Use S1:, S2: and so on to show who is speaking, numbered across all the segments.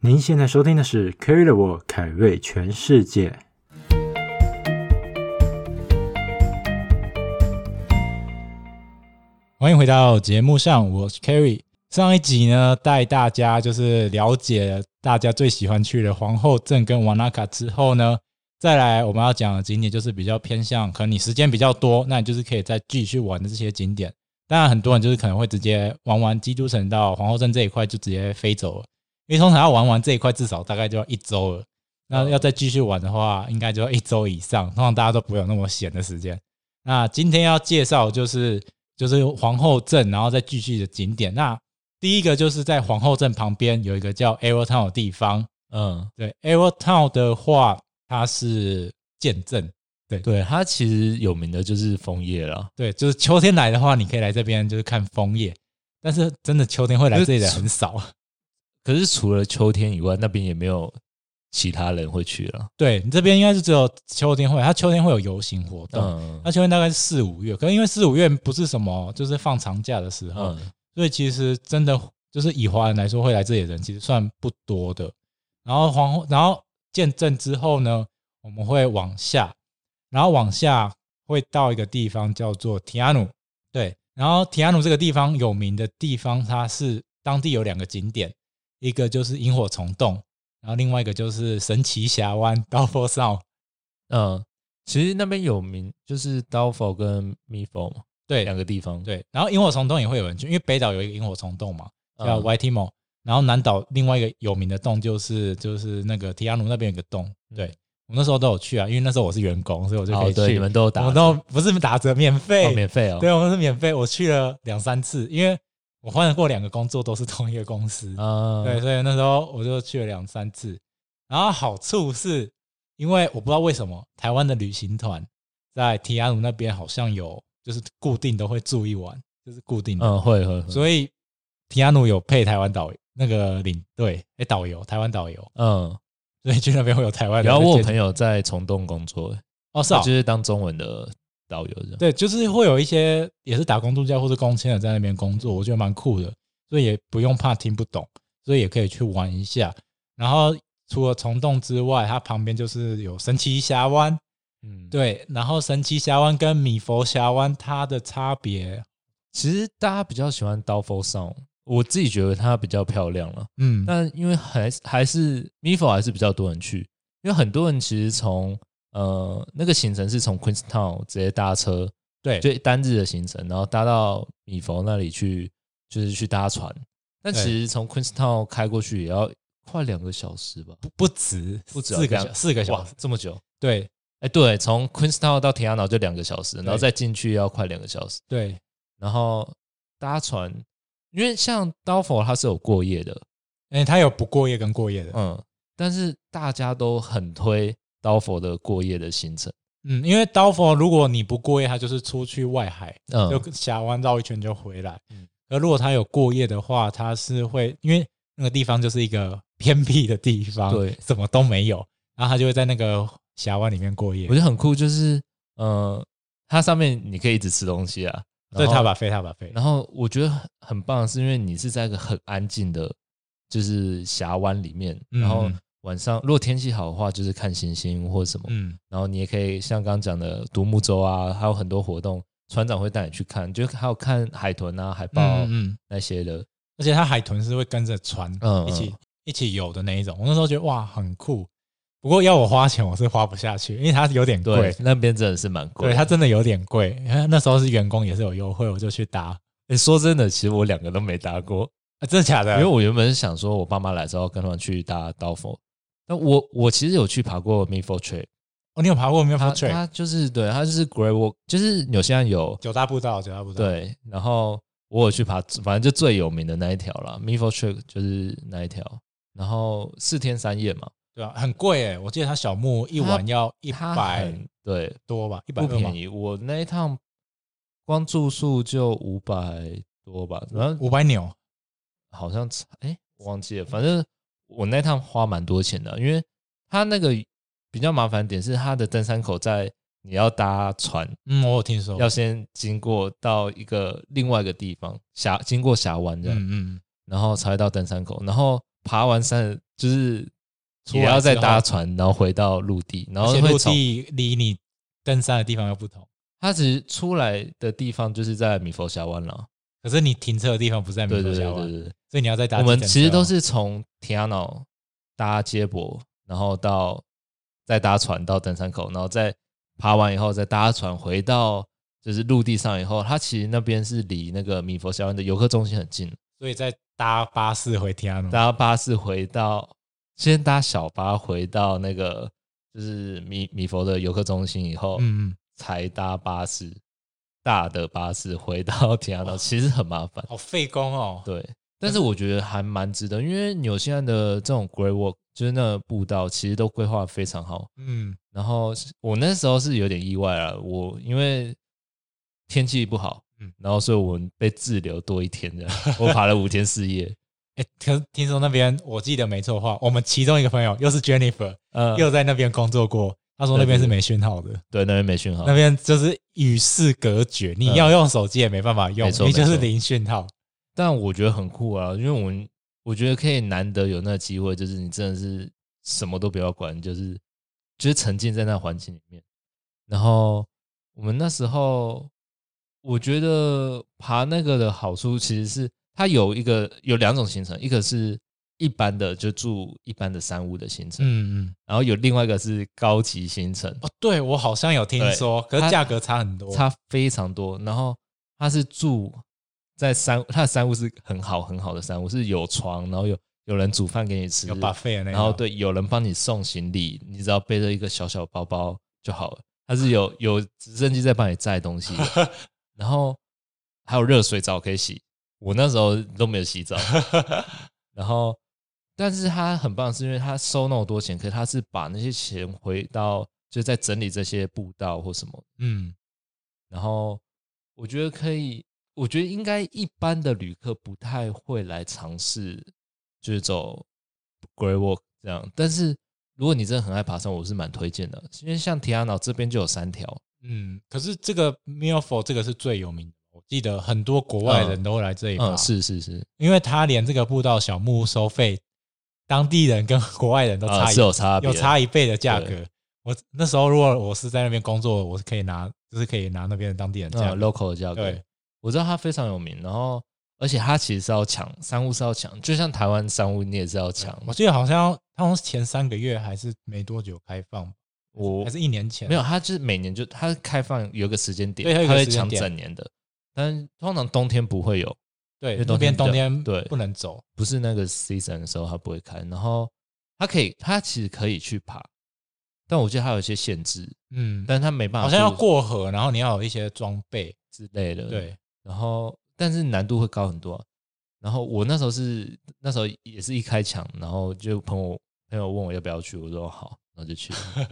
S1: 您现在收听的是《Carry the World》，凯瑞全世界。
S2: 欢迎回到节目上，我是 Kerry。上一集呢，带大家就是了解大家最喜欢去的皇后镇跟瓦纳卡之后呢，再来我们要讲的景点就是比较偏向，可能你时间比较多，那你就是可以再继续去玩的这些景点。当然，很多人就是可能会直接玩完基督城到皇后镇这一块就直接飞走了，因为通常要玩完这一块至少大概就要一周了。
S3: 哦
S2: 那要再继续玩的话，应该就要一周以上。通常大家都不会有那么闲的时间。那今天要介绍就是就是皇后镇，然后再继续的景点。那第一个就是在皇后镇旁边有一个叫 Arrow Town 的地方。
S3: 嗯，
S2: 对 Arrow Town 的话，它是建镇，
S3: 对，它其实有名的就是枫叶啦，
S2: 对，就是秋天来的话，你可以来这边就是看枫叶。但是真的秋天会来这里的很少，
S3: 可是除了秋天以外，那边也没有其他人会去了。
S2: 对你这边应该是只有秋天会，它秋天会有游行活动，
S3: 嗯
S2: 那秋天大概是四五月，可是因为四五月不是什么就是放长假的时候，
S3: 嗯，
S2: 所以其实真的就是以华人来说，会来这里的人其实算不多的。然后皇后，然后见证之后呢，我们会往下，然后往下会到一个地方叫做提亚努，对。然后提亚努这个地方有名的地方，它是当地有两个景点，一个就是萤火虫洞，然后另外一个就是神奇峡湾 d o u b l e Sound。
S3: 嗯，其实那边有名就是 d o w f o 跟 Mifo 嘛，
S2: 对
S3: 两个地方。，
S2: 对，然后萤火虫洞也会有人去，因为北岛有一个萤火虫洞嘛，叫
S3: 嗯
S2: Ytimo，、然后南岛另外一个有名的洞就是就是那个提亚努那边有个洞，对我那时候都有去啊，因为那时候我是员工，所以我就可
S3: 嗯哦，
S2: 以去。
S3: 对，你们都有打
S2: 我都不是打折，免费，
S3: 哦免费哦。
S2: 对，我们是免费，我去了两三次，因为我换过两个工作，都是同一个公司，
S3: 嗯，
S2: 对，所以那时候我就去了两三次。然后好处是，因为我不知道为什么台湾的旅行团在提亚努那边好像有，就是固定都会住一晚，就是固定的。
S3: 嗯，会会会，
S2: 所以提亚努有配台湾导那个领队，哎、导游，台湾导游，
S3: 嗯。
S2: 所以去那边会有台湾人。
S3: 然后我有朋
S2: 友
S3: 友在虫洞工作，欸
S2: 哦，是
S3: 他
S2: 哦
S3: 就，是当中文的导游这样。
S2: 对，就是会有一些也是打工度假或是工签的在那边工作，我觉得蛮酷的，所以也不用怕听不懂，所以也可以去玩一下。然后除了虫洞之外，它旁边就是有神奇峡湾，
S3: 嗯，
S2: 对，然后神奇峡湾跟米佛峡湾它的差别，
S3: 其实大家比较喜欢 d o w f o Sound，我自己觉得它比较漂亮了。
S2: 嗯，
S3: 但因为还是还是 MIFO 还是比较多人去，因为很多人其实从呃那个行程是从 Queenstown 直接搭车，
S2: 对，
S3: 就单日的行程，然后搭到米佛那里去，就是去搭船。但
S2: 对
S3: 其实从 Queenstown 开过去也要快两个小时吧，
S2: 不不止
S3: 不止啊
S2: 四个
S3: 这
S2: 小
S3: 样
S2: 四个小
S3: 哇
S2: 时，，
S3: 这么久！
S2: 对
S3: 哎，对，从 Queenstown 到铁亚岛就两个小时，然后
S2: 对
S3: 再进去要快两个小时，
S2: 对
S3: 然后搭船，因为像刀佛它是有过夜的，
S2: 哎、它有不过夜跟过夜的，
S3: 嗯，但是大家都很推刀佛的过夜的行程，
S2: 嗯，因为刀佛如果你不过夜，它就是出去外海，
S3: 嗯，
S2: 就峡湾绕一圈就回来。
S3: 嗯
S2: 而如果它有过夜的话，它是会因为那个地方就是一个偏僻的地方，
S3: 对
S2: 什么都没有，然后它就会在那个峡湾里面过夜
S3: 我。觉得很酷，就是呃，它上面你可以一直吃东西啊，
S2: 对，
S3: 它
S2: 塔把飞，塔把飞。
S3: 然后我觉得很很棒，的是因为你是在一个很安静的，就是峡湾里面，
S2: 嗯
S3: 然后晚上如果天气好的话，就是看星星或什么，
S2: 嗯，
S3: 然后你也可以像刚刚讲的独木舟啊，还有很多活动，船长会带你去看，就还有看海豚啊、海豹
S2: 嗯嗯，
S3: 那些的，
S2: 而且它海豚是会跟着船
S3: 嗯
S2: 一起
S3: 嗯
S2: 一起游的那一种。我那时候觉得哇，很酷。不过要我花钱，我是花不下去，因为它有点贵
S3: 对，。那边真的是蛮贵
S2: 对，
S3: 的，
S2: 它真的有点贵。因为那时候是员工也是有优惠，我就去搭。
S3: 欸，说真的，其实我两个都没搭过，
S2: 啊、真的假的？
S3: 因为我原本是想说我爸妈来之后跟他们去搭刀佛。那我我其实有去爬过 m i f o Trail，
S2: 哦，你有爬过没有？
S3: 它
S2: Maple Tree
S3: 它就是对，它就是 Great Walk，就是纽西兰有
S2: 九大步道，九大步道。，
S3: 对，然后我有去爬，反正就最有名的那一条啦 m i f o Trail 就是那一条，然后四天三夜嘛，
S2: 对啊，很贵诶，我记得它小木一晚要一
S3: 它
S2: 百
S3: 很对
S2: 多吧，一百
S3: 不
S2: 二嘛
S3: 便，宜，我那一趟光住宿就五百多吧，然后
S2: 五百纽。
S3: 好像哎、诶我忘记了，反正我那趟花蛮多钱的，因为它那个比较麻烦的点是它的登山口在你要搭船，
S2: 嗯，我有听说。
S3: 要先经过到一个另外一个地方峡，经过峡湾这样，
S2: 嗯嗯，
S3: 然后才会到登山口，然后爬完山就是
S2: 出来
S3: 也要再
S2: 之后
S3: 搭船，然后回到陆地，然后
S2: 而且
S3: 会
S2: 陆
S3: 从
S2: 地离你登山的地方又不同，
S3: 它其实出来的地方就是在米佛峡湾了。
S2: 可是你停车的地方不在米
S3: 对
S2: 国
S3: 对
S2: 峡
S3: 对
S2: 湾
S3: 对，对，
S2: 所以你要再搭
S3: 我们
S2: 计程车哦
S3: 其实都是从 Tiano 搭接驳，然后到再搭船到登山口，然后再爬完以后再搭船回到就是陆地上以后，它其实那边是离那个米佛峡湾的游客中心很近，
S2: 所以再搭巴士回天安门。
S3: 搭巴士回到先搭小巴回到那个就是米米佛的游客中心以后，
S2: 嗯嗯，
S3: 才搭巴士大的巴士回到 Tiano，其实很麻烦。
S2: 好费工哦。
S3: 对，但是我觉得还蛮值得，因为纽西兰的这种 Great Walk 就是那个步道，其实都规划得非常好。
S2: 嗯，
S3: 然后我那时候是有点意外了，我因为天气不好，
S2: 嗯
S3: 然后所以我们被滞留多一天 的，我爬了五天四夜，
S2: 哎，可是听说那边我记得没错的话，我们其中一个朋友又是 Jennifer，
S3: 呃，
S2: 又在那边工作过。他说那边是没讯号的，
S3: 对，那边没讯号
S2: 那，边就是与世隔绝，你要用手机也没办法用，
S3: 没错
S2: 你就是
S3: 没错
S2: 零讯号。
S3: 但我觉得很酷啊，因为我们我觉得可以难得有那个机会，就是你真的是什么都不要管，就是就是沉浸在那环境里面。然后我们那时候，我觉得爬那个的好处其实是它有一个有两种行程，一个是一般的就住一般的山屋的行程，
S2: 嗯嗯，
S3: 然后有另外一个是高级行程，
S2: 哦，对我好像有听
S3: 对
S2: 说，可
S3: 它
S2: 是价格差很多。
S3: 差非常多。然后他是住在山，他的山屋是很好很好的山屋，是有床，然后有有人煮饭给你吃，
S2: 有 buffet 的那种
S3: 然后哦对，有人帮你送行李，你只要背着一个小小包包就好了。它是有有直升机在帮你载东西 的，然后还有热水澡可以洗。我那时候都没有洗 澡，然后但是他很棒，是因为他收那么多钱，可是他是把那些钱回到就是在整理这些步道或什么，
S2: 嗯，
S3: 然后我觉得可以，我觉得应该一般的旅客不太会来尝试，就是走 Great Walk 这样。但是如果你真的很爱爬山，我是蛮推荐的，因为像提亚瑙这边就有三条，
S2: 嗯，可是这个 m i l f o 这个是最有名的，我记得很多国外人都会来这里爬，
S3: 嗯，是是是，
S2: 因为他连这个步道小木屋收费，当地人跟国外人都
S3: 啊、
S2: 差一、
S3: 是有差别
S2: 有
S3: 的，
S2: 差一倍的价
S3: 对
S2: 格。我那时候如果我是在那边工作，我是可以拿，就是可以拿那边的当地人价
S3: 嗯
S2: 格。
S3: local 的价格
S2: 对，
S3: 我知道它非常有名，然后而且它其实是要抢商务是要抢，就像台湾商务你也是要抢，
S2: 我记得好像他们前三个月还是没多久开放，
S3: 我
S2: 还是一年前
S3: 没有，它就是每年就它开放有一个时间点，
S2: 对它有一个
S3: 会
S2: 时间
S3: 抢
S2: 点
S3: 整年的，但通常冬天不会有，因
S2: 对
S3: 为，
S2: 那边
S3: 冬
S2: 冬
S3: 天
S2: 天
S3: 比较对
S2: 不能走，
S3: 不是那个 season 的时候它不会开。然后它可以，它其实可以去爬，但我记得它有一些限制，
S2: 嗯，
S3: 但它没办法
S2: 好像要
S3: 做
S2: 过河，然后你要有一些装备，
S3: 之类的。，
S2: 对，
S3: 然后但是难度会高很多啊、然后我那时候是那时候也是一开抢，然后就朋友朋友问我要不要去，我说好，然后就去 了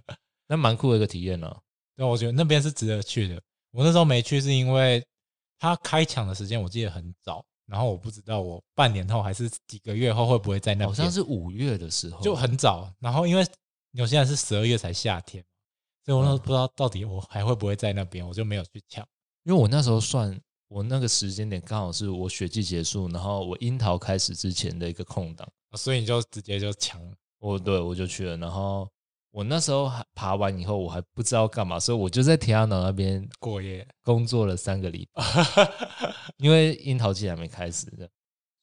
S3: 那蛮酷的一个体验啊呢、
S2: 对，我觉得那边是值得去的。我那时候没去是因为它开抢的时间我记得很早，然后我不知道我半年后还是几个月后会不会在那边，
S3: 好像是五月的时候，
S2: 就很早。然后因为纽西兰是十二月才夏天，所以我那时候
S3: 嗯
S2: 不知道到底我还会不会在那边，我就没有去抢。
S3: 因为我那时候算我那个时间点刚好是我雪季结束，然后我樱桃开始之前的一个空档。
S2: 所以你就直接就抢了，
S3: 我对我就去了，然后我那时候还爬完以后，我还不知道干嘛，所以我就在铁亚岛那边
S2: 过夜。
S3: 工作了三个礼 拜，因为樱桃季还没开始的，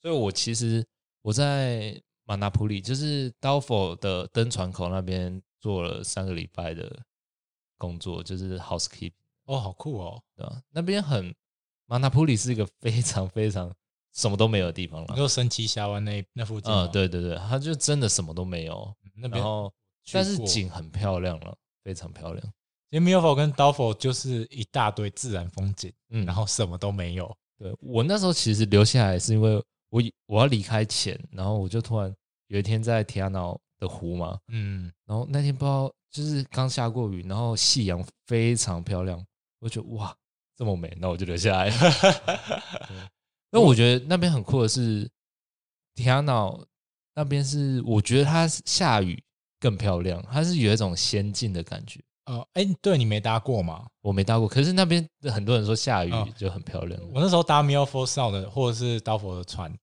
S3: 所以我其实我在马纳普里，就是刀佛的登船口那边做了三个礼拜的工作，就是 housekeeping，
S2: 哦，好酷哦！
S3: 对吧？那边很马纳普里是一个非常非常什么都没有的地方
S2: 你
S3: 了，
S2: 说神奇峡湾那那附近吗，嗯
S3: 嗯，对对对，它就真的什么都没有，
S2: 那边
S3: 然后
S2: 去
S3: 但是
S2: 过
S3: 景很漂亮了，非常漂亮。
S2: 其实 m i l f o 跟 d o f o 就是一大堆自然风景，
S3: 嗯，
S2: 然后什么都没有。
S3: 对我那时候其实留下来是因为我以我要离开前，然后我就突然有一天在提亚瑙的湖嘛，
S2: 嗯，
S3: 然后那天不知道就是刚下过雨，然后夕阳非常漂亮，我就觉得哇这么美，那我就留下来了。 那我觉得那边很酷的是提亚瑙那边是我觉得它下雨更漂亮，它是有一种仙境的感觉。
S2: 哦，哎，对你没搭过吗？
S3: 我没搭过，可是那边很多人说下雨
S2: 哦
S3: 就很漂亮。
S2: 我那时候搭 m i l f o Sound 的或者是 d o f o 的船，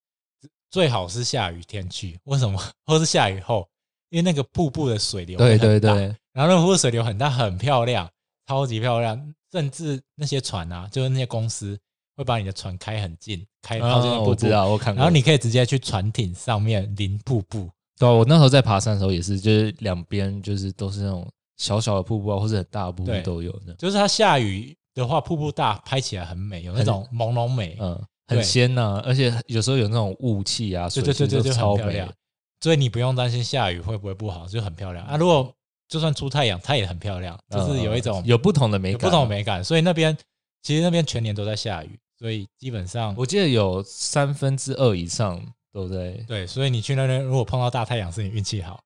S2: 最好是下雨天去，为什么？或是下雨后，因为那个瀑布的水流会
S3: 对对
S2: 很大
S3: 对，
S2: 然后那瀑布水流很大，很漂亮，超级漂亮。甚至那些船啊，就是那些公司会把你的船开很近，开靠近那
S3: 啊
S2: 瀑布，
S3: 我知道，我看过。
S2: 然后你可以直接去船艇上面淋瀑布。
S3: 对啊、我那时候在爬山的时候也是，就是两边就是都是那种小小的瀑布啊，或者很大的瀑布
S2: 对
S3: 都有的，
S2: 就是它下雨的话，瀑布大拍起来很美，有那种朦胧美。
S3: 嗯，很
S2: 对
S3: 鲜呐、而且有时候有那种雾气啊，
S2: 对
S3: 水
S2: 对对
S3: 汽
S2: 对，
S3: 都
S2: 就
S3: 超
S2: 很漂
S3: 美嗯
S2: 亮。。所以你不用担心下雨会不会不好，就很漂亮啊。如果就算出太阳，它也很漂亮，就是有一种
S3: 嗯有不同的美
S2: 有
S3: 感，
S2: 不同的。美感。所以那边其实那边全年都在下雨，所以基本上
S3: 我记得有三分之二以上都在
S2: 对，所以你去那边如果碰到大太阳，是你运气好。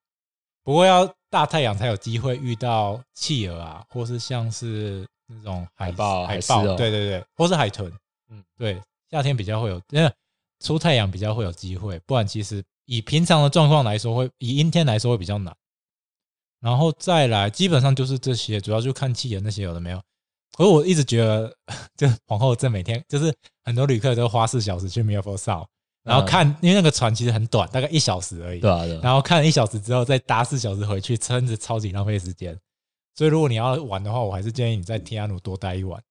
S2: 不过要大太阳才有机会遇到企鹅啊，或是像是那种海
S3: 海豹
S2: 海
S3: 海狮
S2: 豹，
S3: 哦
S2: 对对对，或是海豚，
S3: 嗯
S2: 嗯，对，夏天比较会有，因为出太阳比较会有机会，不然其实以平常的状况来说会，以阴天来说会比较难。然后再来，基本上就是这些，主要就看企鹅那些有的没有。可是我一直觉得， 就是皇后镇每天就是很多旅客都花四小时去 m i l f o r s o 然后看，因为那个船其实很短，大概一小时而已。
S3: 对啊对啊
S2: 然后看了一小时之后，再搭四小时回去，真的超级浪费时间。所以如果你要玩的话，我还是建议你在天安努多待一晚。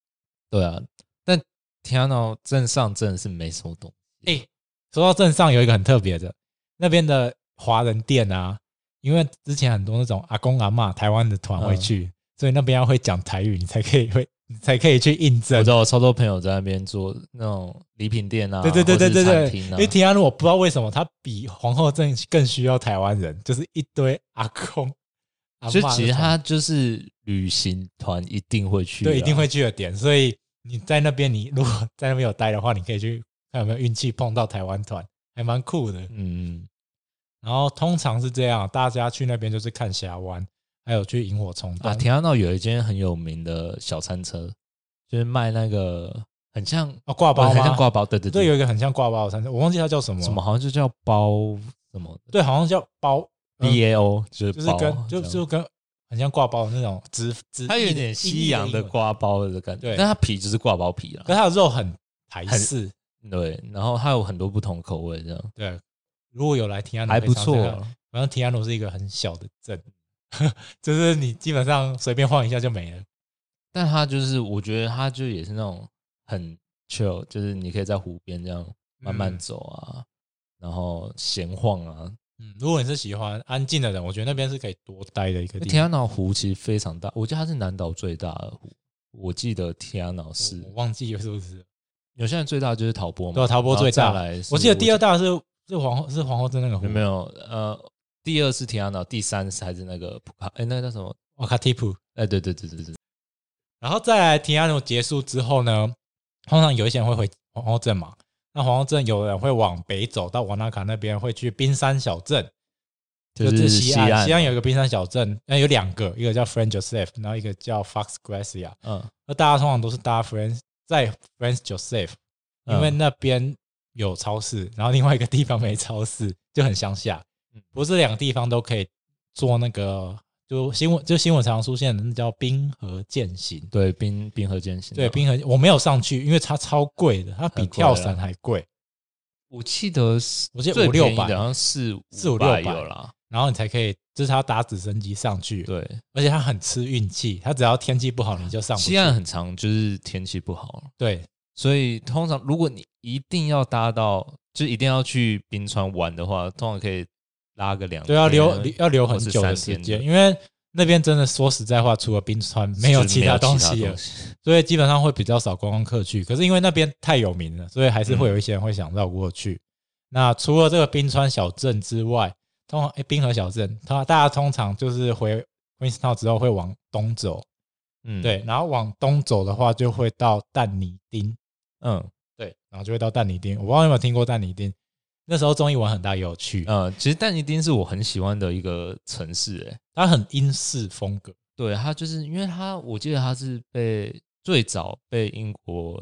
S3: 对啊，但天安岛镇上真的是没什么东西。
S2: 哎说到镇上有一个很特别的，那边的华人店啊，因为之前很多那种阿公阿嬷台湾的团
S3: 嗯
S2: 会去，所以那边要会讲台语，你才可以会，你才可以去印
S3: 我
S2: 证
S3: 知。道，我超多朋友在那边做那种礼品店啊，
S2: 对对对对对
S3: 或是餐
S2: 对，
S3: 厅
S2: 因
S3: 啊
S2: 为提安路我不知道为什么它比皇后镇更需要台湾人，就是一堆阿公阿
S3: 所以
S2: 嬷
S3: 其
S2: 那
S3: 实
S2: 种
S3: 它就是旅行团一定会去、啊，
S2: 对一定会去的点，所以你在那边，你如果在那边有待的话，你可以去看有没有运气碰到台湾团，还蛮酷的。
S3: 嗯，
S2: 然后通常是这样，大家去那边就是看峡湾，还有去萤火虫
S3: 啊，
S2: 洞。
S3: 田安道有一间很有名的小餐车，就是卖那个很像
S2: 哦，挂包
S3: 很
S2: 吗？
S3: 像挂包，对对
S2: 对，有一个很像挂包的餐车，我忘记它叫什么
S3: 什么好像就叫包什么
S2: 对，好像叫包，嗯
S3: B A O，就
S2: 就是
S3: 包，
S2: 跟就
S3: 这
S2: 就
S3: 样
S2: 跟很像挂包的那种直直，
S3: 它有点西洋的
S2: 挂。
S3: 挂包的感觉，
S2: 对
S3: 但它皮就是挂包皮
S2: 可
S3: 啦，
S2: 它的肉很台式，
S3: 对，然后它有很多不同口味，这样
S2: 对。如果有来提安奴，
S3: 还不错
S2: 可以尝试看看。反正提安奴是一个很小的镇， 就是你基本上随便晃一下就没了。
S3: 但它就是我觉得它就也是那种很 chill，就是你可以在湖边这样慢慢
S2: 嗯
S3: 走啊，然后闲晃啊，
S2: 嗯，如果你是喜欢安静的人，我觉得那边是可以多待的一个地
S3: 天
S2: 方。
S3: 安岛湖其实非常大，我记得它是南岛最大的湖。我记得天安岛是
S2: 我我忘记是不是？
S3: 纽西兰最大就是陶波嘛，
S2: 对啊陶波最大
S3: 然后再来是
S2: 我记得第二大是是皇后是皇后镇那个湖，
S3: 没有没有呃，第二是天安岛，第三是还是那个普卡，哎、那个叫什么？
S2: 瓦啊卡蒂普。
S3: 哎、对对对对对，
S2: 然后再来提安奴结束之后呢，通常有一些人会回皇后镇嘛。那皇后镇有人会往北走到瓦纳卡那边，会去冰山小镇。
S3: 就
S2: 就是西
S3: 西岸，
S2: 西岸有一个冰山小镇，呃那有两个，一个叫 Friend Joseph，然后一个叫 Fox Gracia。
S3: 嗯，
S2: 那大家通常都是搭 Friend 在 Friend Joseph，
S3: 嗯
S2: 因为那边有超市，然后另外一个地方没超市，就很乡下
S3: 嗯。
S2: 不是两个地方都可以做那个，就新闻就新闻常常出现的那叫冰河践行。
S3: 对，冰冰河间行，
S2: 对，冰河我没有上去，因为它超贵的，它比
S3: 很贵
S2: 跳
S3: 啊
S2: 伞还贵。
S3: 我记得是
S2: 我记得
S3: 最
S2: 五六
S3: 便宜的
S2: 百
S3: 好像四
S2: 四五六
S3: 百
S2: 百
S3: 有啦，
S2: 然后你才可以，就是它搭直升机上去，
S3: 对，
S2: 而且它很吃运气，它只要天气不好你就上不去。
S3: 西岸很长，就是天气不好，
S2: 对，
S3: 所以通常如果你一定要搭到，就一定要去冰川玩的话，通常可以拉个两
S2: 对，要留
S3: 天
S2: 要留很
S3: 或是
S2: 久的
S3: 三
S2: 时
S3: 天
S2: 间，因为那边真的说实在话，除了冰川没有其他东西了， 所以基本上会比较少观光客去。可是因为那边太有名了，所以还是会有一些人会想绕过去。那除了这个冰川小镇之外，通常、诶冰河小镇，它大家通常就是回 Queenstown 之后会往东走，
S3: 嗯，
S2: 对，，然后往东走的话就会到淡尼丁，
S3: 嗯
S2: 对，然后就会到淡尼丁。我不知道你有没有听过淡尼丁，那时候综艺玩很大也有去，
S3: 呃，其实但尼丁是我很喜欢的一个城市、欸，
S2: 它很英式风格。
S3: 对，它就是因为它，我记得它是被最早被英国，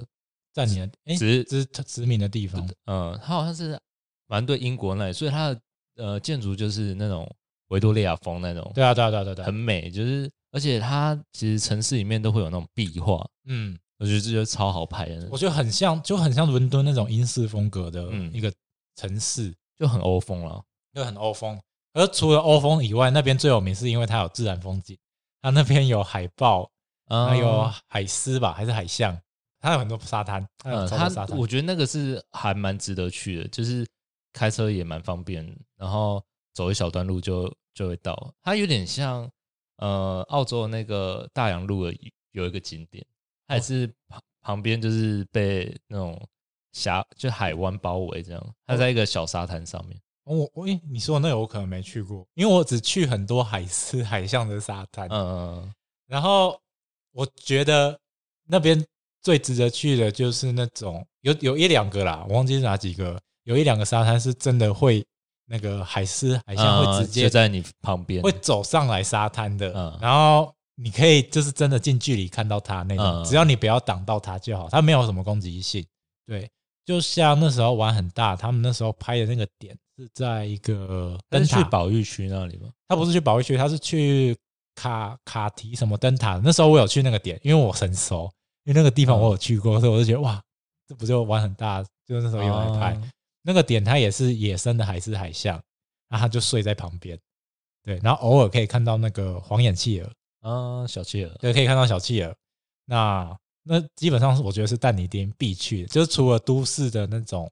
S2: 占领的，哎，
S3: 殖
S2: 殖殖民的地方，
S3: 嗯、它好像是蛮对英国那里，所以它的呃建筑就是那种维多利亚风那种，
S2: 对啊，对啊，对啊，对啊对
S3: 很
S2: 啊，
S3: 美，就是而且它其实城市里面都会有那种壁画，
S2: 嗯，
S3: 我觉得这就是超好拍的那种
S2: 我觉得很像，就很像伦敦那种英式风格的
S3: 嗯
S2: 一个城市，
S3: 就很欧风了。
S2: 就很欧风。而除了欧风以外，那边最有名是因为它有自然风景，它那边有海豹，
S3: 啊
S2: 还有海狮吧，还是海象，它有很多沙滩，它有
S3: 嗯，
S2: 超多
S3: 它
S2: 沙滩
S3: 我。觉得那个是还蛮值得去的，就是开车也蛮方便，然后走一小段路就就会到。它有点像呃澳洲的那个大洋路的一有一个景点，
S2: 哦
S3: 它也是旁旁边就是被那种峡就海湾包围这样，
S2: 哦
S3: 它在一个小沙滩上面。
S2: 我我、诶你说的那个我可能没去过，因为我只去很多海狮、海象的沙滩。
S3: 嗯，
S2: 然后我觉得那边最值得去的就是那种有有一两个啦，我忘记是哪几个，有一两个沙滩是真的会那个海狮、海
S3: 好
S2: 象会直接
S3: 嗯啊就在你旁边，
S2: 会走上来沙滩的，
S3: 嗯
S2: 然后你可以就是真的近距离看到它那种，
S3: 嗯
S2: 只要你不要挡到它就好，它没有什么攻击性。对，就像那时候玩很大，他们那时候拍的那个点是在一个
S3: 但
S2: 灯
S3: 是去
S2: 塔，
S3: 保育区那里吗？
S2: 他不是去保育区，他是去卡卡提什么灯塔。那时候我有去那个点，因为我很熟，因为那个地方我有去过，所以我就觉得哇，这不就玩很大，就那时候有来拍。
S3: 哦
S2: 那个点它也是野生的海狮海象，然后它就睡在旁边，对，然后偶尔可以看到那个黄眼企鹅，
S3: 啊，小企鹅，
S2: 对，可以看到小企鹅。那那基本上是我觉得是但尼丁必去的，就是除了都市的那种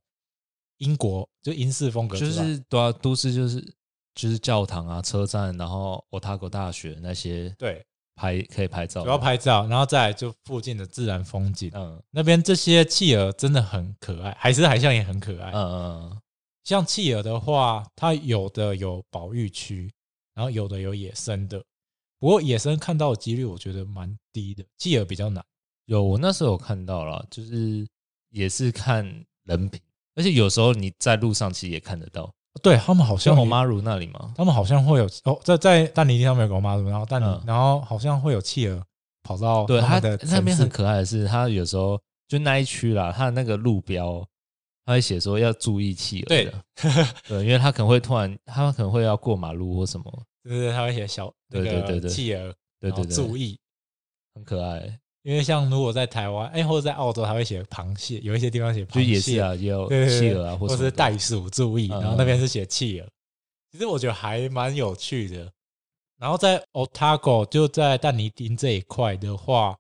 S2: 英国就英式风格之
S3: 就
S2: 外，
S3: 是对啊，都市就是就是教堂啊、车站，然后 Otago 大学那些，
S2: 对，
S3: 拍可以拍照，
S2: 主要，拍照，然后再来就附近的自然风景。
S3: 嗯
S2: 那边这些企鹅真的很可爱，海狮海象也很可爱。
S3: 嗯嗯
S2: 像企鹅的话，它有的有保育区，然后有的有野生的。不过野生看到的几率我觉得蛮低的，企鹅比较难。哦
S3: 有我那时候有看到了，就是也是看人品，而且有时候你在路上其实也看得到，
S2: 对他们好像
S3: 像
S2: 有
S3: 红，妈如那里嘛，
S2: 他们好像会有哦，在在但尼地上面有个妈祖，然后但尼、
S3: 嗯
S2: 然后好像会有企鹅跑到
S3: 对
S2: 他们
S3: 它
S2: 的
S3: 那边
S2: 城市
S3: 很可爱的是，它有时候就那一区啦，它的那个路标。它会写说要注意企鹅
S2: 对
S3: 的，对，因为它可能会突然，它可能会要过马路或什么，
S2: 就是他会写小那
S3: 对对对
S2: 个
S3: 对
S2: 企鹅，
S3: 对对
S2: 然后
S3: 对，
S2: 注意。
S3: 很可爱，
S2: 因为像如果在台湾，哎、或者在澳洲，他会写螃蟹，有一些地方写螃
S3: 就
S2: 蟹，
S3: 也是啊，也有
S2: 对对
S3: 企
S2: 对
S3: 鹅啊，
S2: 或
S3: 什么
S2: 是
S3: 的
S2: 袋鼠注意，
S3: 嗯
S2: 然后那边是写企鹅。其实我觉得还蛮有趣的。然后在 Otago 就在但尼丁这一块的话，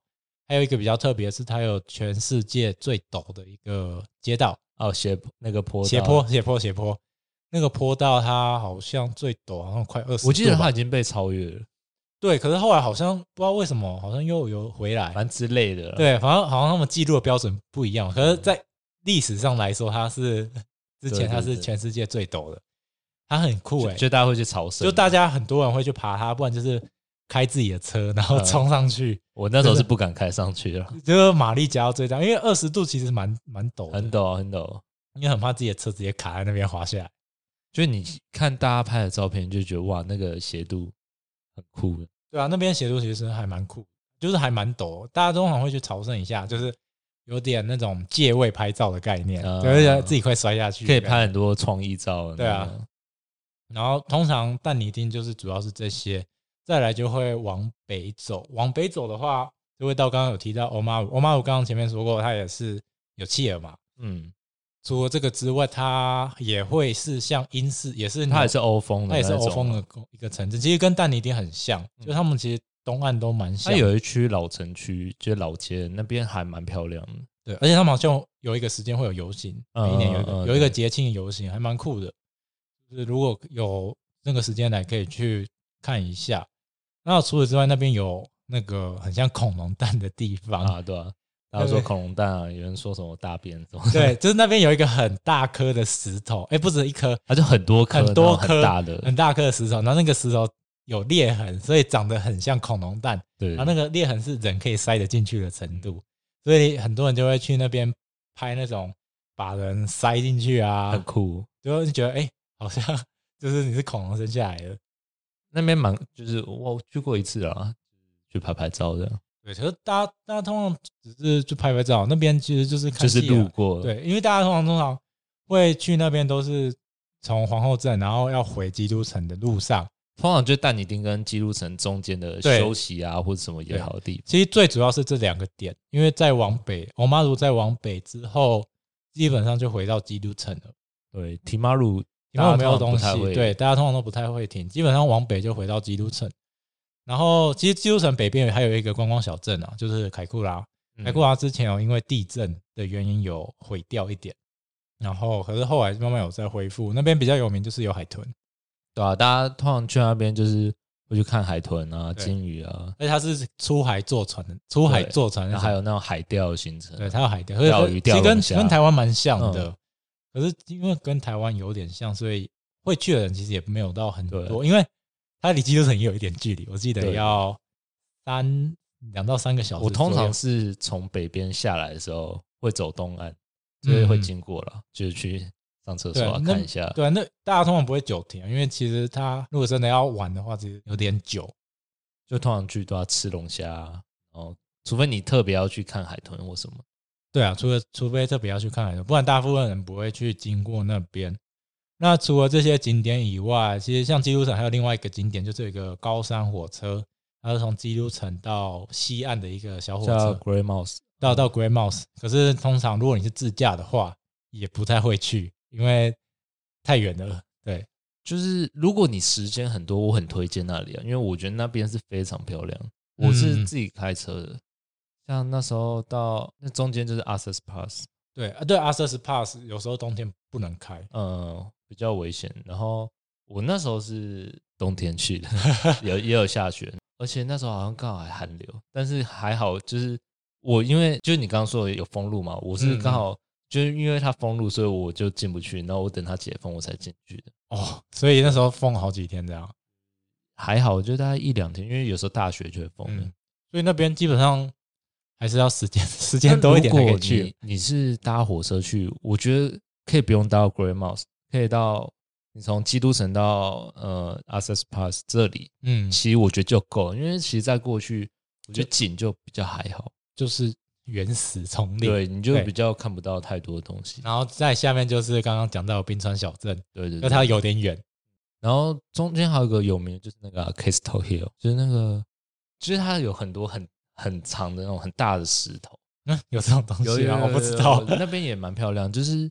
S2: 还有一个比较特别的是，它有全世界最陡的一个街道，
S3: 哦，斜坡那个坡道
S2: 斜坡，，斜坡，斜坡。那个坡道它好像最陡，好像快二十。
S3: 我记得它已经被超越了，
S2: 对，可是后来好像不知道为什么，好像又有回来。
S3: 反正之类的 啦。
S2: 对，反正好像他们记录的标准不一样，可
S3: 嗯
S2: 是，在历史上来说，它是 之前它
S3: 对
S2: 是
S3: 对
S2: 全世界最陡的，它很酷
S3: 就，
S2: 哎、
S3: 就啊大家会去朝圣。
S2: 就大，家很多人会去爬它，不然就是开自己的车然后
S3: 嗯
S2: 冲上去，
S3: 我那时候是不敢开上去了，
S2: 就是马力加到最大，因为二十度其实蛮蛮陡的，
S3: 很，陡很陡。
S2: 因为很怕自己的车直接卡在那边滑下来。
S3: 就是你看大家拍的照片，就觉得哇，那个斜度很酷的。
S2: 对啊，那边斜度其实还蛮酷，就是还蛮陡，大家通常会去朝圣一下，就是有点那种借位拍照的概念，
S3: 啊
S2: 就是觉得自己快摔下去，
S3: 可以拍很多创意照。
S2: 对啊
S3: 那个，
S2: 然后通常但尼丁就是主要是这些，再来就会往北走。往北走的话，就会到刚刚有提到欧马鲁，欧马鲁刚刚前面说过，它也是有企鹅嘛。
S3: 嗯，
S2: 除了这个之外，它也会是像英式，也是
S3: 它也是欧风的，
S2: 它也是欧风。的一个城镇，其实跟但尼丁很像，就他们其实东岸都蛮像
S3: 嗯它
S2: 的。
S3: 有一区老城区，就是老街那边还蛮漂亮的。
S2: 对，而且他们好像有一个时间会有游行，
S3: 嗯
S2: 每一年有一个、
S3: 嗯嗯
S2: 有一个
S3: 对
S2: 节庆游行，还蛮酷的。就是如果有那个时间来，可以去看一下。那除此之外，那边有那个很像恐龙蛋的地方，
S3: 啊，对啊。然后说恐龙蛋啊，有人说什么大便什么的，
S2: 对，就是那边有一个很大颗的石头，哎、不止一颗，
S3: 它就很多颗，
S2: 很多
S3: 然后
S2: 颗
S3: 很大的，
S2: 很大颗的石头，然后那个石头有裂痕，所以长得很像恐龙蛋。
S3: 对，
S2: 然后那个裂痕是人可以塞得进去的程度，所以很多人就会去那边拍那种把人塞进去啊，
S3: 很酷。
S2: 就会觉得哎、诶好像就是你是恐龙生下来的。
S3: 那边蛮就是我去过一次啊，去拍拍照的，
S2: 对，可是大家大家通常只是去拍拍照，那边其实就是看
S3: 就是
S2: 戏啊
S3: 路过，，
S2: 对，因为大家通常通常会去那边都是从皇后镇，然后要回基督城的路上。
S3: 通常就但尼丁跟基督城中间的
S2: 对
S3: 休息啊，或者什么也好的地
S2: 其实最主要是这两个点，因为再往北，欧妈如再往北之后，基本上就回到基督城了。
S3: 对，提马鲁
S2: 因为我没有东
S3: 大家通常不太
S2: 西，
S3: 会
S2: 对，大家通常都不太会停，基本上往北就回到基督城。然后其实基督城北边还有一个观光小镇啊，就是凯库拉。凯库
S3: 啊，
S2: 哎拉之前哦有因为地震的原因有毁掉一点，然后可是后来慢慢有在恢复。那边比较有名就是有海豚，
S3: 对啊，大家通常去那边就是会去看海豚啊、
S2: 对
S3: 金鱼啊，
S2: 哎而且它是出海坐船的，出海
S3: 对
S2: 坐船
S3: 然
S2: 那
S3: 后还
S2: 种，
S3: 有那种海钓的行程，啊
S2: 对，它有海钓，
S3: 钓
S2: 可是
S3: 鱼
S2: 其
S3: 钓
S2: 实跟
S3: 龙虾
S2: 跟台湾蛮像的
S3: 嗯，
S2: 可是因为跟台湾有点像，所以会去的人其实也没有到很
S3: 对
S2: 多，因为它离基督城也有一点距离，我记得
S3: 对
S2: 要三两到三个小时
S3: 我
S2: 左右。
S3: 通常是从北边下来的时候会走东岸，就是会
S2: 嗯
S3: 经过了，就是去上厕所
S2: 对
S3: 啊，
S2: 那
S3: 看一下。
S2: 对，那大家通常不会久停啊，因为其实它如果真的要玩的话，其实有点久。
S3: 就通常去都要吃龙虾啊，然后除非你特别要去看海豚或什么。
S2: 对啊，除了除非特别要去看海豚，不然大部分人不会去经过那边。那除了这些景点以外，其实像基督城还有另外一个景点，就是有一个高山火车，它是从基督城到西岸的一个小火
S3: 叫
S2: 车，
S3: Grey Mouse，
S2: 到到 Grey Mouse。可是通常如果你是自驾的话，也不太会去，因为太远了。对，
S3: 就是如果你时间很多，我很推荐那里啊，因为我觉得那边是非常漂亮。我是
S2: 嗯
S3: 自己开车的，像那时候到那中间就是 Access Pass，
S2: 对啊，对 a s s Pass 有时候冬天不能开，
S3: 嗯，比较危险。然后我那时候是冬天去的， 有也有下雪，而且那时候好像刚好还寒流，但是还好，就是我因为就是你刚刚说的有封路嘛，我是
S2: 嗯
S3: 刚好就是因为它封路，所以我就进不去，然后我等它解封我才进去的。
S2: 哦，所以那时候封好几天这样。
S3: 还好，就大概一两天，因为有时候大学就会封的
S2: 嗯。，所以那边基本上还是要时间 时间多一点才可以去。
S3: 你你是搭火车去，我觉得可以不用到 Grey Mouse，可以到你从基督城到呃 Access Pass 这里，
S2: 嗯，
S3: 其实我觉得就够了，因为其实再过去，我觉得景就比较还好，
S2: 就是原始丛林。
S3: 对，你就
S2: 对
S3: 比较看不到太多东西。
S2: 然后在下面就是刚刚讲到的冰川小镇，
S3: 对对
S2: 因为
S3: 对，
S2: 它有点远。
S3: 然后中间还有一个有名的，就是那个 Castle Hill，就是那个，就是它有很多很很长的那种很大的石头，
S2: 嗯，有这种东西啊，我不知道。
S3: 那边也蛮漂亮，就是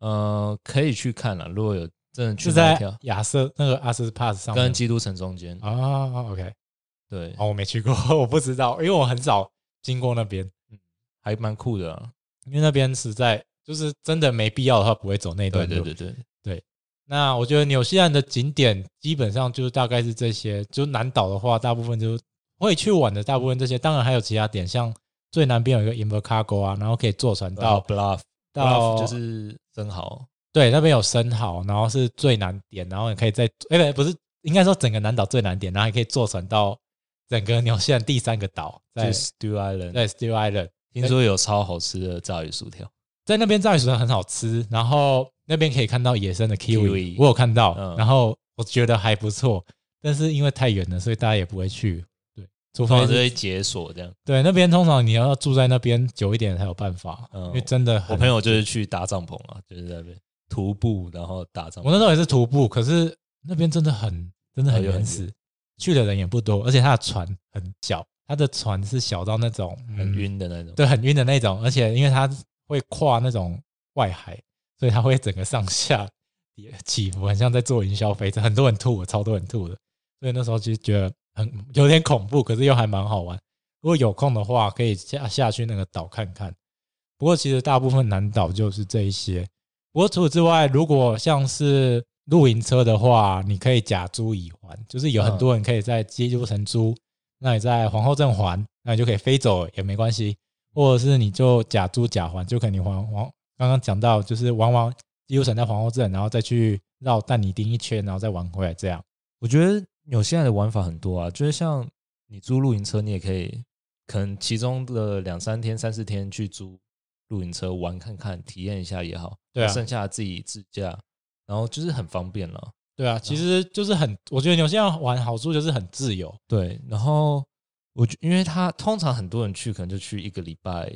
S3: 呃可以去看了，如果有真的去
S2: 是
S3: 那
S2: 在
S3: 条
S2: 亚瑟那个阿斯帕斯上面
S3: 跟基督城中间，
S2: 啊，OK，
S3: 对，
S2: 哦，我没去过， 我不知道，因为我很少经过那边，
S3: 嗯还蛮酷的啊，
S2: 因为那边实在就是真的没必要的话不会走那
S3: 对
S2: 段路。
S3: 对对对，
S2: 那我觉得纽西兰的景点基本上就是大概是这些，就南岛的话，大部分就会去玩的，大部分这些，当然还有其他点，像最南边有一个 Invercargo 啊，然后可以坐船到、
S3: Bluff，
S2: 到
S3: Bluff 就是生蚝，
S2: 对那边有生蚝，然后是最南点，然后你可以在哎、不不是应该说整个南岛最南点，然后还可以坐船到整个纽西兰第三个岛，
S3: 就
S2: 在
S3: 是 Stew Island，
S2: 在 Steel Island，
S3: 听说有超好吃的炸鱼薯条，
S2: 在那边炸鱼薯条很好吃，然后那边可以看到野生的 kiwi，,
S3: Kiwi
S2: 我有看到，
S3: 嗯
S2: 然后我觉得还不错，但是因为太远了，所以大家也不会去。对，除
S3: 然
S2: 非
S3: 后
S2: 是
S3: 就会解锁这样。
S2: 对那边通常你要住在那边久一点才有办法，
S3: 嗯
S2: 因为真的很
S3: 我朋友就是去搭帐篷啊，就是在那边徒步，然后搭帐
S2: 我
S3: 篷。
S2: 那时候也是徒步，可是那边真的很真的很
S3: 哦又很
S2: 原始，去的人也不多，而且它的船很小，它的船是小到那种
S3: 很，
S2: 嗯
S3: 晕的那种，
S2: 对，很晕的那种，而且因为它会跨那种外海，所以它会整个上下 也起伏，很像在坐云霄飞车，很多人吐，超多人吐的。所以那时候其实觉得很有点恐怖，可是又还蛮好玩。如果有空的话，可以下下去那个岛看看。不过其实大部分南岛就是这一些。不过除此之外，如果像是露营车的话，你可以假租乙还，就是有很多人可以在基督城租，那你在皇后镇还，那你就可以飞走也没关系，或者是你就假租假还，就可能你还皇刚刚讲到就是玩完基督城在皇后镇，然后再去绕但尼丁一圈，然后再玩回来这样。
S3: 我觉得纽西兰的玩法很多啊，就是像你租露营车，你也可以可能其中的两三天、三四天去租露营车玩看看，体验一下也好。
S2: 对啊
S3: 剩下的自己自驾，然后就是很方便了。
S2: 对啊，其实就是很，我觉得纽西兰玩好处就是很自由。
S3: 对，然后我觉因为他通常很多人去，可能就去一个礼拜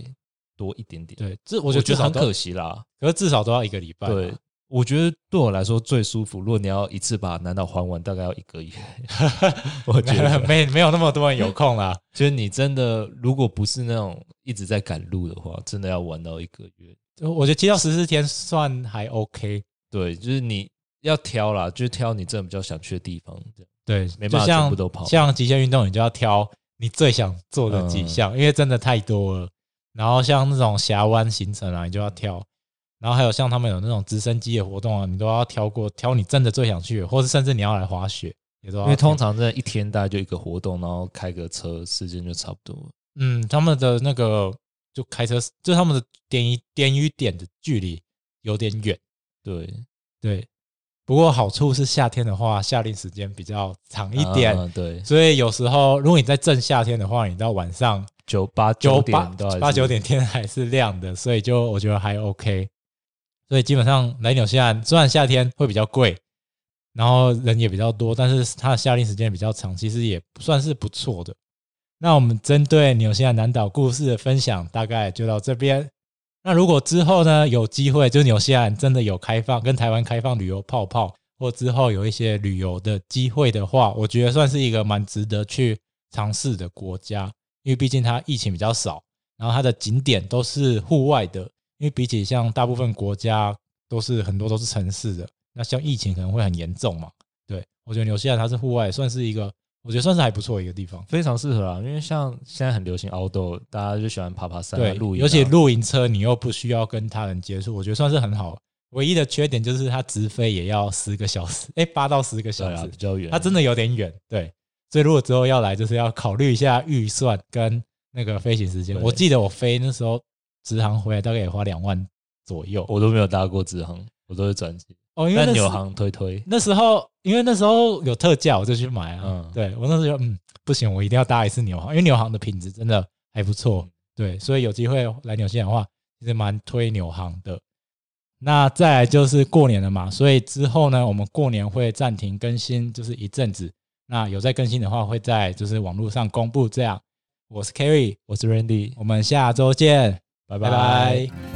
S3: 多一点点。，
S2: 对，这
S3: 我
S2: 我觉得
S3: 觉得很可
S2: 惜，
S3: 惜啦。
S2: 可是至少都要一个礼拜 嘛。
S3: 对，我觉得对我来说最舒服。如果你要一次把南岛还完，大概要一个月。 我觉得
S2: 没没有那么多人有空啦。
S3: 就是你真的如果不是那种一直在赶路的话，真的要玩到一个月。
S2: 我觉得七到十四天算还 OK，
S3: 对，就是你要挑啦，就是挑你真的比较想去的地方。这样
S2: 对，
S3: 没
S2: 就
S3: 办法
S2: 像
S3: 全部都跑
S2: 像极限运动，你就要挑你最想做的几
S3: 嗯
S2: 项，因为真的太多了。然后像那种峡湾行程啊，你就要挑。然后还有像他们有那种直升机的活动啊，你都要挑过，挑你真的最想去的，或是甚至你要来滑雪，也都要
S3: 因
S2: 挑。
S3: 为通常在一天大概就一个活动，然后开个车时间就差不多了。
S2: 嗯，他们的那个就开车，就他们的点与点与点的距离有点远。
S3: 对，
S2: 对，不过好处是夏天的话，夏令时间比较长一点，
S3: 啊对，
S2: 所以有时候如果你在正夏天的话，你到晚上
S3: 九八
S2: 九
S3: 点
S2: 八
S3: 都还是
S2: 八九点天还是亮的，所以就我觉得还 OK。所以基本上来纽西兰，虽然夏天会比较贵，然后人也比较多，但是它的夏令时间比较长，其实也算是不错的。那我们针对纽西兰南岛故事的分享大概就到这边。那如果之后呢有机会，就纽西兰真的有开放跟台湾开放旅游泡泡，或之后有一些旅游的机会的话，我觉得算是一个蛮值得去尝试的国家。因为毕竟它疫情比较少，然后它的景点都是户外的，因为比起像大部分国家都是很多都是城市的，那像疫情可能会很严重嘛。对我觉得纽西兰它是户外，算是一个我觉得算是还不错的一个地方。
S3: 非常适合啊，因为像现在很流行 outdoor，大家就喜欢爬爬山、啊、
S2: 对，
S3: 露营、啊，
S2: 尤其露营车你又不需要跟他人接触，我觉得算是很好。唯一的缺点就是它直飞也要十个小时，哎，八到十个
S3: 对
S2: 小
S3: 啊
S2: 时
S3: 比，较远，
S2: 它真的有点远。对，所以如果之后要来，就是要考虑一下预算跟那个飞行时间。
S3: 对
S2: 我记得我飞那时候直航回来大概也花两万左右
S3: 我都没有搭过直航，我都是转机，
S2: 哦，因为
S3: 但
S2: 那时
S3: 纽航推推，
S2: 那时候因为那时候有特价，我就去买啊。
S3: 嗯
S2: 对我那时候就嗯不行，我一定要搭一次纽航，因为纽航的品质真的还不
S3: 嗯
S2: 错。对，所以有机会来纽西兰的话，其实蛮推纽航的。那再来就是过年了嘛，所以之后呢，我们过年会暂停更新，就是一阵子。那有在更新的话，会在就是网络上公布。这样，我是 Kerry，
S3: 我是 Randy，
S2: 我们下周见，
S3: 拜
S2: 拜拜